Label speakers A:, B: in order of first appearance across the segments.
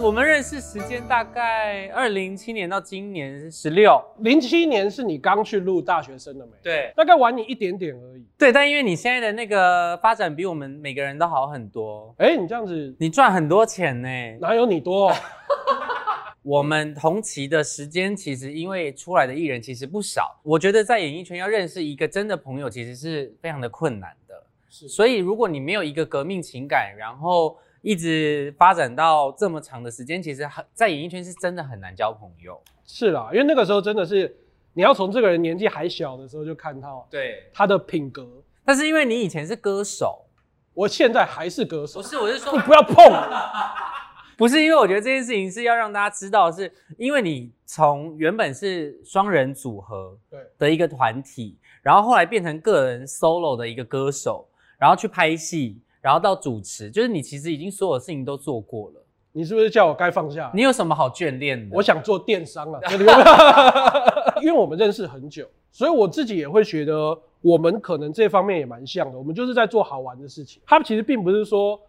A: 我们认识时间大概二零零七年到今年十六，
B: 零七年是你刚去录大学生了没？，
A: 对
B: 大概晚你一点点而已。
A: 对，但因为你现在的那个发展比我们每个人都好很多，
B: 哎、你这样子
A: 你赚很多钱呢、
B: 哪有你多、
A: 我们同期的时间，其实因为出来的艺人其实不少，我觉得在演艺圈要认识一个真的朋友，其实是非常的困难的。
B: 是
A: 所以如果你没有一个革命情感，然后一直发展到这么长的时间，其实很在演艺圈是真的很难交朋友。
B: 是啦，因为那个时候真的是你要从这个人年纪还小的时候就看到
A: 对，
B: 他的品格。
A: 但是因为你以前是歌手，
B: 我现在还是歌手
A: 不，是，我是说
B: 你不要碰我。
A: 不是，因为我觉得这件事情是要让大家知道的是，因为你从原本是双人组合
B: 对
A: 的一个团体，然后后来变成个人 solo 的一个歌手，然后去拍戏，然后到主持，就是你其实已经所有事情都做过了，
B: 你是不是叫我该放下？
A: 你有什么好眷恋的？
B: 我想做电商啊 了，这里有没有 因为我们认识很久，所以我自己也会觉得我们可能这方面也蛮像的。我们就是在做好玩的事情。他其实并不是说，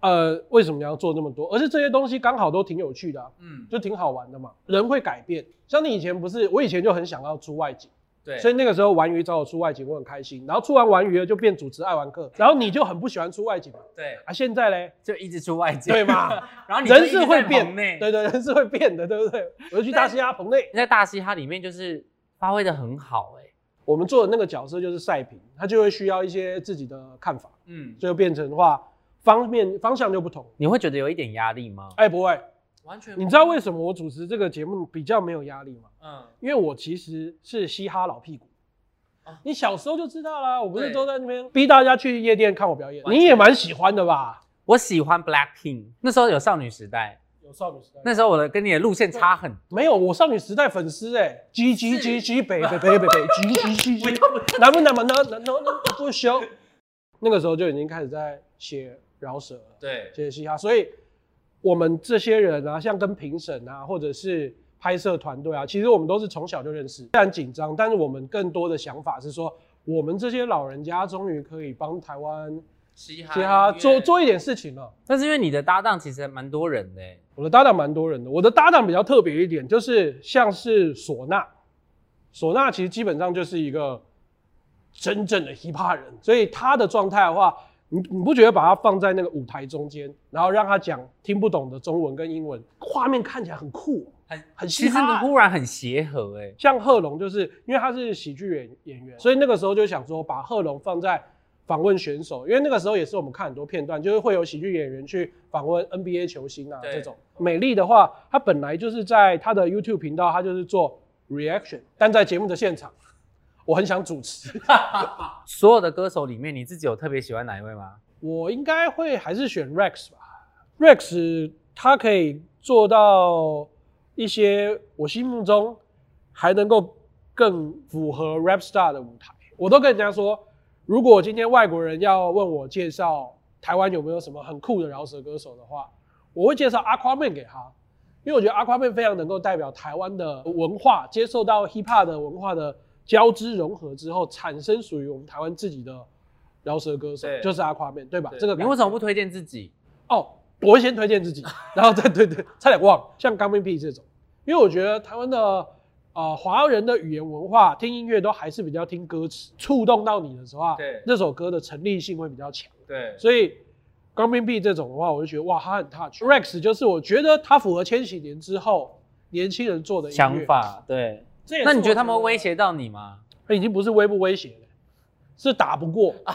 B: 呃，为什么你要做那么多，而是这些东西刚好都挺有趣的啊、
A: 嗯，
B: 就挺好玩的嘛。人会改变，像你以前不是，我以前就很想要出外景，
A: 对
B: 所以那个时候玩鱼找我出外景，我很开心。然后出完玩鱼了就变主持爱玩客，然后你就很不喜欢出外景嘛。
A: 对，
B: 啊，现在嘞，
A: 就一直出外景，
B: 对？嘛，
A: 然后 你就
B: 人
A: 一直
B: 是会
A: 在
B: 变
A: 棚，内，
B: 对对，人是会变的，对不对？我就去大西亚棚内，
A: 在大嘻哈里面就是发挥的很好、哎，
B: 我们做的那个角色就是赛评，他就会需要一些自己的看法，
A: 嗯，
B: 所以变成的话方面方向就不同。
A: 你会觉得有一点压力吗？
B: 哎，不会，
A: 完全
B: 你知道为什么我主持这个节目比较没有压力吗？
A: 嗯，
B: 因为我其实是嘻哈老屁股
A: 啊。
B: 你小时候就知道啦，我不是
A: 对
B: 都在那边逼大家去夜店看我表演，
A: 完全
B: 你也蛮喜欢的吧？
A: 我喜欢 Blackpink，那时候有少女时代，
B: 有少女时代
A: 那时候我的跟你的路线差很多。
B: 没有，我少女时代粉丝哎，G G G G 北北北北北 G G G G，难 不难不难难难难不凶。那个时候就已经开始在写饶舌了，
A: 对
B: 写嘻哈，所以我们这些人啊，像跟评审啊，或者是拍摄团队啊，其实我们都是从小就认识，虽然紧张，但是我们更多的想法是说，我们这些老人家终于可以帮台湾
A: 嘻
B: 嘻哈做，做一点事情了。
A: 但是因为你的搭档其实还蛮多人的欸，
B: 我的搭档蛮多人的，我的搭档比较特别一点，就是像是唢呐，唢呐其实基本上就是一个真正的 hiphop 人，所以他的状态的话，你你不觉得把他放在那个舞台中间，然后让他讲听不懂的中文跟英文，画面看起来很酷哦、
A: 很
B: 很
A: 其
B: 嘻
A: 实
B: 哈
A: 忽然很协和哎，
B: 像贺龙就是因为他是喜剧演演员，所以那个时候就想说把贺龙放在访问选手，因为那个时候也是我们看很多片段，就是会有喜剧演员去访问 NBA 球星啊
A: 对
B: 这种。美丽的话，她本来就是在她的 YouTube 频道，她就是做 reaction，但在节目的现场，我很想主持，
A: 所有的歌手里面你自己有特别喜欢哪一位吗？
B: 我应该会还是选 Rex 吧。Rex 他可以做到一些我心目中还能够更符合 rap star 的舞台。我都跟人家说，如果今天外国人要问我介绍台湾有没有什么很酷的饶舌歌手的话，我会介绍 Aquaman 给他，因为我觉得 Aquaman 非常能够代表台湾的文化，接受到 hip hop 的文化的交织融合之后，产生属于我们台湾自己的饶舌歌手
A: 对，
B: 就是 Aquaman，对吧？
A: 对
B: 这个
A: 你
B: 感
A: 为什么不推荐自己？
B: 哦，我会先推荐自己， 然后再对对，差点忘，像钢兵 P 这种，因为我觉得台湾的呃华人的语言文化，听音乐都还是比较听歌词，触动到你的时候啊，
A: 对
B: 那首歌的成立性会比较强，
A: 对
B: 所以。钢兵 B 这种的话，我就觉得哇，他很 touch。Rex 就是我觉得他符合千禧年之后年轻人做的音乐
A: 想，法对，
B: 这也是
A: 那你觉得他们
B: 我
A: 会威胁到你吗？
B: 他哎已经不是威不威胁了，是打不过。
A: 啊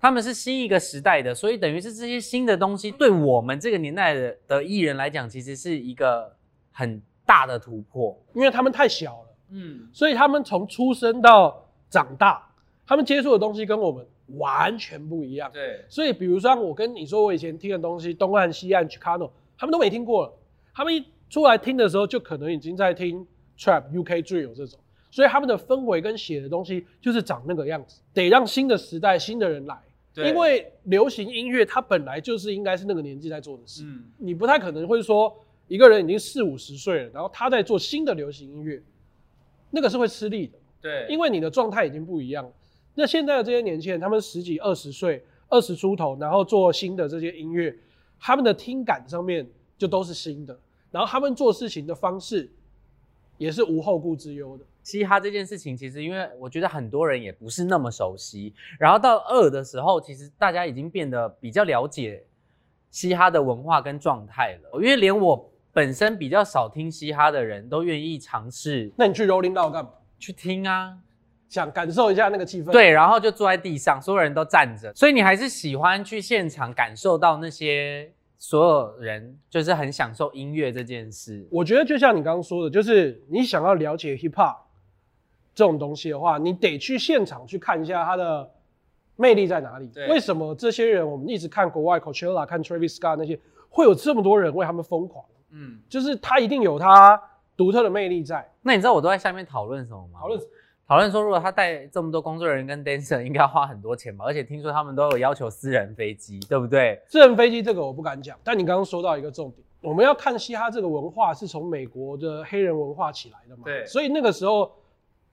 A: 他们是新一个时代的，所以等于是这些新的东西对我们这个年代的的艺人来讲，其实是一个很大的突破。
B: 因为他们太小了，
A: 嗯，
B: 所以他们从出生到长大，他们接触的东西跟我们完全不一样。
A: 对，
B: 所以，比如说我跟你说，我以前听的东西，东岸、西岸、Chicano，他们都没听过了。他们一出来听的时候，就可能已经在听 Trap、UK Drill 这种，所以他们的氛围跟写的东西就是长那个样子。得让新的时代、新的人来，
A: 对
B: 因为流行音乐它本来就是应该是那个年纪在做的事。
A: 嗯，
B: 你不太可能会说一个人已经四五十岁了，然后他在做新的流行音乐，那个是会吃力的，
A: 对
B: 因为你的状态已经不一样了。那现在的这些年轻人，他们十几、二十岁、二十出头，然后做新的这些音乐，他们的听感上面就都是新的，然后他们做事情的方式也是无后顾之忧的。
A: 嘻哈这件事情，其实因为我觉得很多人也不是那么熟悉，然后到二的时候，其实大家已经变得比较了解嘻哈的文化跟状态了，因为连我本身比较少听嘻哈的人都愿意尝试
B: 那你去柔林道干嘛？
A: 去听啊，
B: 想感受一下那个气氛。，
A: 对，然后就坐在地上，所有人都站着，所以你还是喜欢去现场感受到那些所有人就是很享受音乐这件事。
B: 我觉得就像你刚刚说的，就是你想要了解 hip hop 这种东西的话，你得去现场去看一下它的魅力在哪里
A: 对。
B: 为什么这些人我们一直看国外 Coachella、看 Travis Scott 那些，会有这么多人为他们疯狂？
A: 嗯，
B: 就是他一定有他独特的魅力在。
A: 那你知道我都在下面讨论什么吗？
B: 讨论
A: 讨论说，如果他带这么多工作人员跟 dancer，应该要花很多钱吧？而且听说他们都有要求私人飞机，对不对？
B: 私人飞机这个我不敢讲，但你刚刚说到一个重点，我们要看嘻哈这个文化是从美国的黑人文化起来的嘛，
A: 对
B: 所以那个时候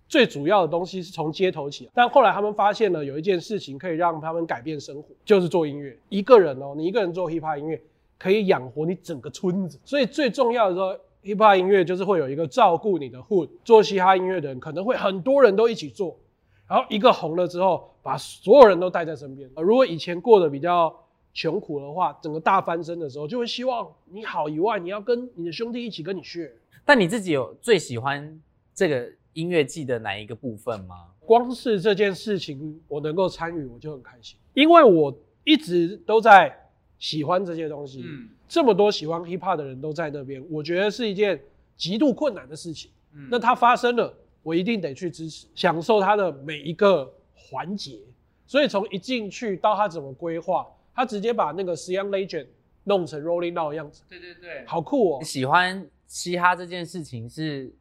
B: 最主要的东西是从街头起来，但后来他们发现了有一件事情可以让他们改变生活，就是做音乐。一个人哦，你一个人做 hiphop 音乐可以养活你整个村子，所以最重要的时候。hiphop 音乐就是会有一个照顾你的 hood，做嘻哈音乐的人可能会很多人都一起做，然后一个红了之后，把所有人都带在身边。呃如果以前过得比较穷苦的话，整个大翻身的时候，就会希望你好以外，你要跟你的兄弟一起跟你学。
A: 但你自己有最喜欢这个音乐季的哪一个部分吗？
B: 光是这件事情，我能够参与，我就很开心，因为我一直都在喜欢这些东西。
A: 嗯
B: 这么多喜欢 hiphop 的人都在那边，我觉得是一件极度困难的事情。
A: 嗯
B: 那它发生了，我一定得去支持，享受它的每一个环节。所以从一进去到它怎么规划，它直接把那个 s i o n Legend 弄成 Rolling Now 的样子，
A: 对对对
B: 好酷哦！
A: 喜欢嘻哈这件事情是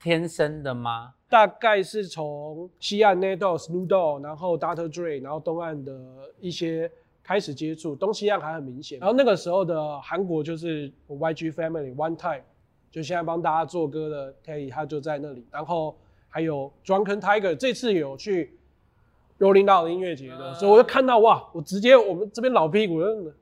A: 天生的吗？
B: 大概是从西岸 n a d o s n o o d o 然后 Dr. Dre，然后东岸的一些开始接触，东西岸还很明显。然后那个时候的韩国就是我 YG Family One Time，就现在帮大家做歌的 Terry，他就在那里。然后还有 Drunken Tiger，这次有去 Rolling Loud 的音乐节的，
A: 嗯
B: 所以我就看到哇，我直接我们这边老屁股真的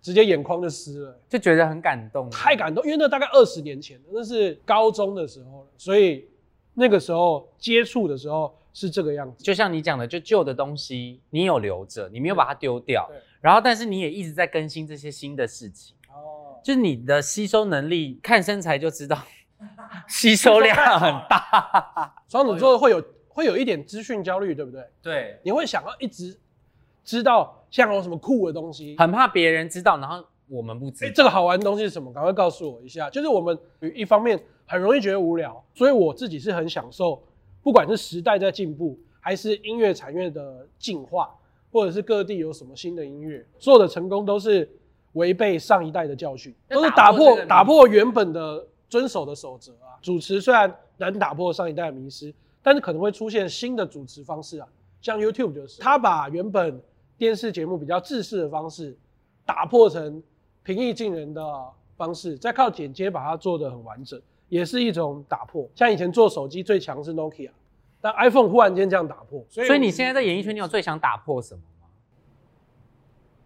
B: 直接眼眶就湿了。
A: 就觉得很感动，啊
B: 太感动，因为那大概二十年前了，那是高中的时候了，所以那个时候接触的时候是这个样子。
A: 就像你讲的，就旧的东西你有留着，你没有把它丢掉
B: 对对，
A: 然后但是你也一直在更新这些新的事情，
B: 哦，
A: 就是你的吸收能力，看身材就知 道，吸收量很大。
B: 双子座会有会有一点资讯焦虑，对不对？
A: 对，
B: 你会想要一直知道像有什么酷的东西，
A: 很怕别人知道，然后我们不
B: 哎、
A: 知道。
B: 这个好玩的东西是什么？赶快告诉我一下。就是我们一方面很容易觉得无聊，所以我自己是很享受，不管是时代在进步，还是音乐产业的进化，或者是各地有什么新的音乐，所有的成功都是违背上一代的教训，
A: 要
B: 都是
A: 打
B: 打
A: 破
B: 破
A: 这个迷
B: 打破原本的遵守的守则啊。主持虽然难打破上一代的迷失，但是可能会出现新的主持方式啊，像 YouTube 就是，他把原本电视节目比较制式的方式，打破成平易近人的方式，再靠剪接把它做得很完整，也是一种打破。像以前做手机最强是 Nokia，但 iPhone 忽然间这样打破，所
A: 哎所以你现在在演艺圈，你有最想打破什么吗？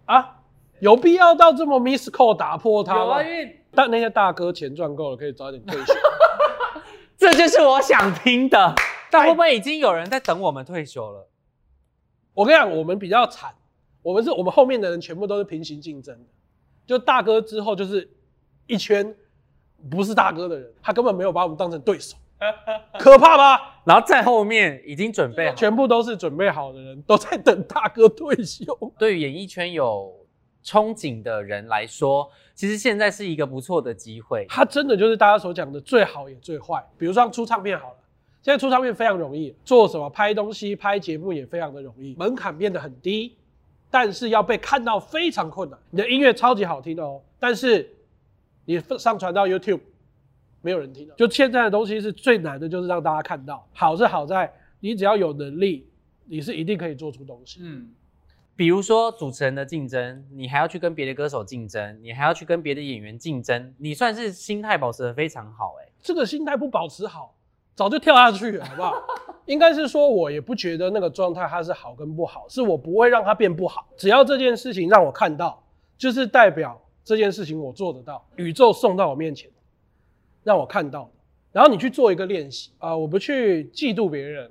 B: 啊，有必要到这么 miss call 打破它
A: 有
B: 吗
A: 啊，因？为
B: 但那些大哥钱赚够了，可以早点退休。
A: 这就是我想听 的。但会不会已经有人在等我们退休了？
B: 我跟你讲，我们比较惨，我们是我们后面的人全部都是平行竞争的，就大哥之后就是一圈不是大哥的人，他根本没有把我们当成对 手，可怕吧？
A: 然后在后面已经准备好。
B: 全部都是准备好的人，都在等大哥退休。
A: 对于演艺圈有憧憬的人来说，其实现在是一个不错的机会。
B: 他真的就是大家所讲的最好也最坏。比如说出唱片好了，现在出唱片非常容易，做什么拍东西、拍节目也非常的容易，门槛变得很低，但是要被看到非常困难。你的音乐超级好听的哦，但是你上传到 YouTube，没有人听哦了。就现在的东西是最难的，就是让大家看到。好是好在你只要有能力，你是一定可以做出东西。
A: 嗯，比如说主持人的竞争，你还要去跟别的歌手竞争，你还要去跟别的演员竞争，你算是心态保持的非常好、欸，
B: 这个心态不保持好，早就跳下去了，好不好？应该是说，我也不觉得那个状态它是好跟不好，是我不会让它变不好。只要这件事情让我看到，就是代表这件事情我做得到，宇宙送到我面前，让我看到。然后你去做一个练习啊、我不去嫉妒别人，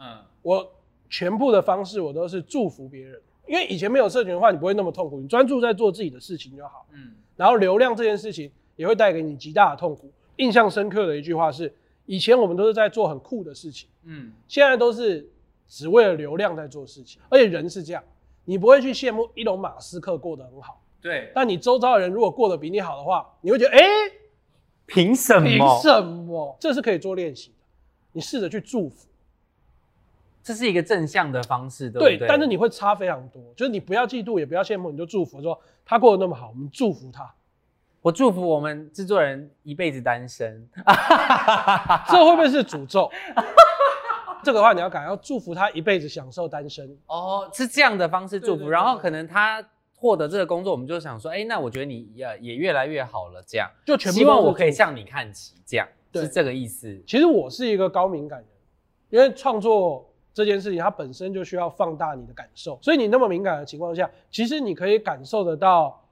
A: 嗯，
B: 我全部的方式我都是祝福别人，因为以前没有社群的话，你不会那么痛苦，你专注在做自己的事情就好。
A: 嗯，
B: 然后流量这件事情也会带给你极大的痛苦。印象深刻的一句话是：以前我们都是在做很酷的事情，
A: 嗯，
B: 现在都是只为了流量在做事情。而且人是这样，你不会去羡慕伊隆马斯克过得很好，
A: 对，
B: 但你周遭的人如果过得比你好的话，你会觉得哎，诶
A: 凭什
B: 凭
A: 么？
B: 什么？这是可以做练习的，你试着去祝福。
A: 这是一个正向的方式，对不
B: 对
A: 对？
B: 但是你会差非常多，就是你不要嫉妒，也不要羡慕，你就祝福说他过得那么好，我们祝福他。
A: 我祝福我们制作人一辈子单身。
B: 这会不会是诅咒？ 这个话你要改，要祝福他一辈子享受单身。
A: 哦，是这样的方式祝
B: 对
A: 福，
B: 对
A: 然后
B: 对
A: 可能他获得这个工作，我们就想说，哎，那我觉得你也也越来越好了，这样，
B: 就全部都是
A: 希望我可以向你看齐，这样
B: 对
A: 是这个意思。
B: 其实我是一个高敏感人，因为创作这件事情它本身就需要放大你的感受，所以你那么敏感的情况下，其实你可以感受得到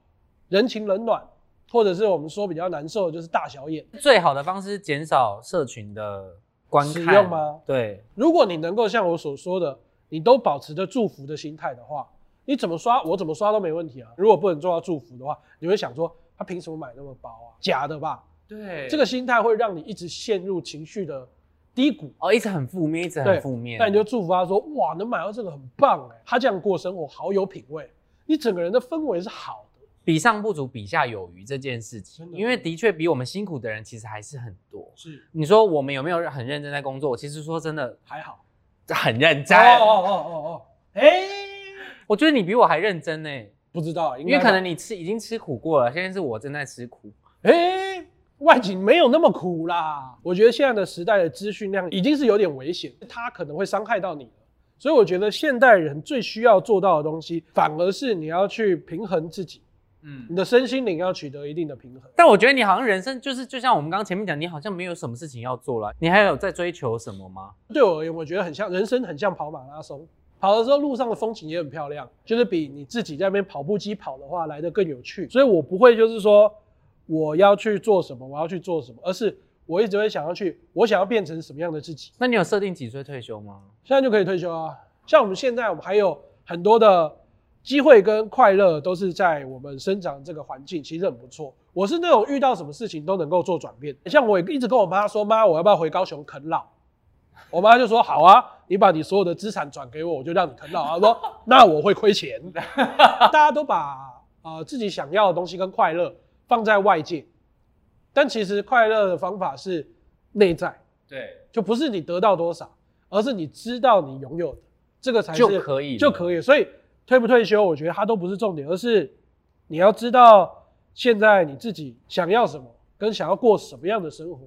B: 人情冷暖，或者是我们说比较难受的就是大小眼。
A: 最好的方式是减少社群的观看
B: 使用吗？
A: 对，
B: 如果你能够像我所说的，你都保持着祝福的心态的话，你怎么刷我怎么刷都没问题啊。如果不能做到祝福的话，你会想说他凭什么买那么薄啊？假的吧？
A: 对
B: 这个心态会让你一直陷入情绪的低谷。
A: 哦，一直很负面，一直很负面。
B: 但你就祝福他说：“哇，能买到这个很棒哎，他这样过生活好有品味，你整个人的氛围是好的。
A: 比上不足，比下有余这件事情
B: 真，的
A: 因为的确比我们辛苦的人其实还是很多”。
B: 是，
A: 你说我们有没有很认真在工作？我其实说真的
B: 还好。
A: 很认
B: 哦
A: 真，
B: 哦哦哦哦，哎，
A: 我觉得你比我还认真呢、
B: 不知道，因
A: 因为可能你吃已经吃苦过了，现在是我正在吃苦。
B: 哎，外景没有那么苦啦。我觉得现在的时代的资讯量已经是有点危险，它可能会伤害到你了。所以我觉得现代人最需要做到的东西，反而是你要去平衡自己，
A: 嗯，
B: 你的身心灵要取得一定的平衡。
A: 但我觉得你好像人生就是，就像我们刚刚前面讲，你好像没有什么事情要做了，你还有在追求什么吗？
B: 对我而言，我觉得很像人生，很像跑马拉松。跑的时候，路上的风景也很漂亮，就是比你自己在那边跑步机跑的话来的更有趣。所以我不会就是说我要去做什么，我要去做什么，而是我一直会想要去，我想要变成什么样的自己。
A: 那你有设定几岁退休吗？
B: 现在就可以退休啊。像我们现在，我们还有很多的机会跟快乐，都是在我们生长这个环境，其实很不错。我是那种遇到什么事情都能够做转变，像我也一直跟我妈说，妈，我要不要回高雄啃老？我妈就说好啊，你把你所有的资产转给我，我就让你啃老啊。我说那我会亏钱。 大家都把呃自己想要的东西跟快乐放在外界，但其实快乐的方法是内在。
A: 对，
B: 就不是你得到多少，而是你知道你拥有的，这个才是
A: 就可以了
B: 就可以了。所以退不退休，我觉得它都不是重点，而是你要知道现在你自己想要什么，跟想要过什么样的生活，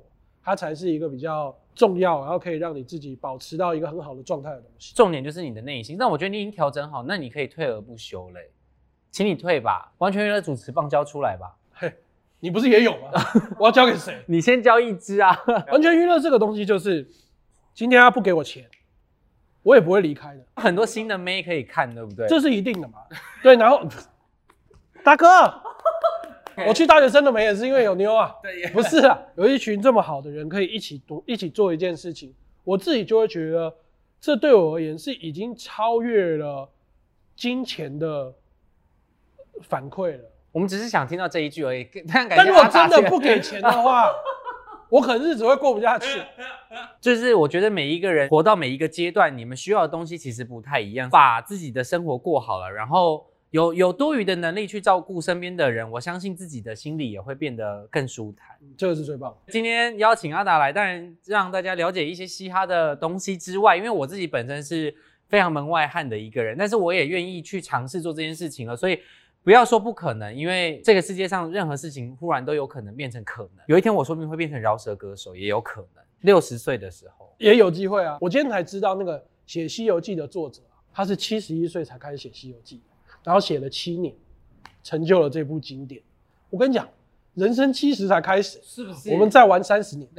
B: 它才是一个比较重要，然后可以让你自己保持到一个很好的状态的东西。
A: 重点就是你的内心。但我觉得你已经调整好，那你可以退而不休嘞，请你退吧，完全娱乐主持棒交出来吧，
B: 嘿，你不是也有吗？我要交给谁？
A: 你先交一支啊。
B: 完全娱乐这个东西就是，今天他不给我钱，我也不会离开的。
A: 很多新的妹可以看，对不对？
B: 这是一定的嘛？对，然后 大哥，我去大学生了没也是因为有妞啊，
A: 对
B: 不是啊，有一群这么好的人可以一起读、一起做一件事情，我自己就会觉得，这对我而言是已经超越了金钱的反馈了。
A: 我们只是想听到这一句而已。 但感
B: 但
A: 觉
B: 如果
A: 阿达
B: 真的
A: 却
B: 不给钱的话，我可能日子会过不下去。
A: 就是我觉得每一个人活到每一个阶段，你们需要的东西其实不太一样。把自己的生活过好了，然后有有多余的能力去照顾身边的人，我相信自己的心里也会变得更舒坦。
B: 嗯这个是最棒的。
A: 今天邀请阿达来，当然让大家了解一些嘻哈的东西之外，因为我自己本身是非常门外汉的一个人，但是我也愿意去尝试做这件事情了，所以。不要说不可能，因为这个世界上任何事情忽然都有可能变成可能。有一天我说不定会变成饶舌歌手，也有可能。六十岁的时候，
B: 也有机会啊！我今天才知道那个写《西游记》的作者啊，他是七十一岁才开始写《西游记》，然后写了七年，成就了这部经典。我跟你讲，人生七十才开始，
A: 是不是
B: 我们再玩三十年，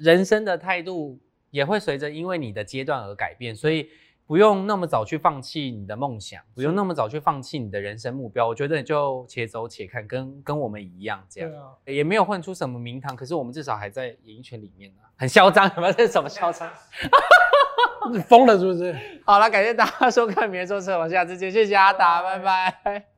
A: 人生的态度也会随着因为你的阶段而改变，所以不用那么早去放弃你的梦想，不用那么早去放且你的人生目标，我觉得你就且走且看，跟跟我们一样这样
B: 对，啊，
A: 也没有混出什么名堂，可是我们至少还在演艺圈里面呢、很嚣张，有没有？这是什么嚣张？
B: 你疯了是不是？
A: 好了，感谢大家收看《明人说车》，我们下次见，谢谢阿达，拜拜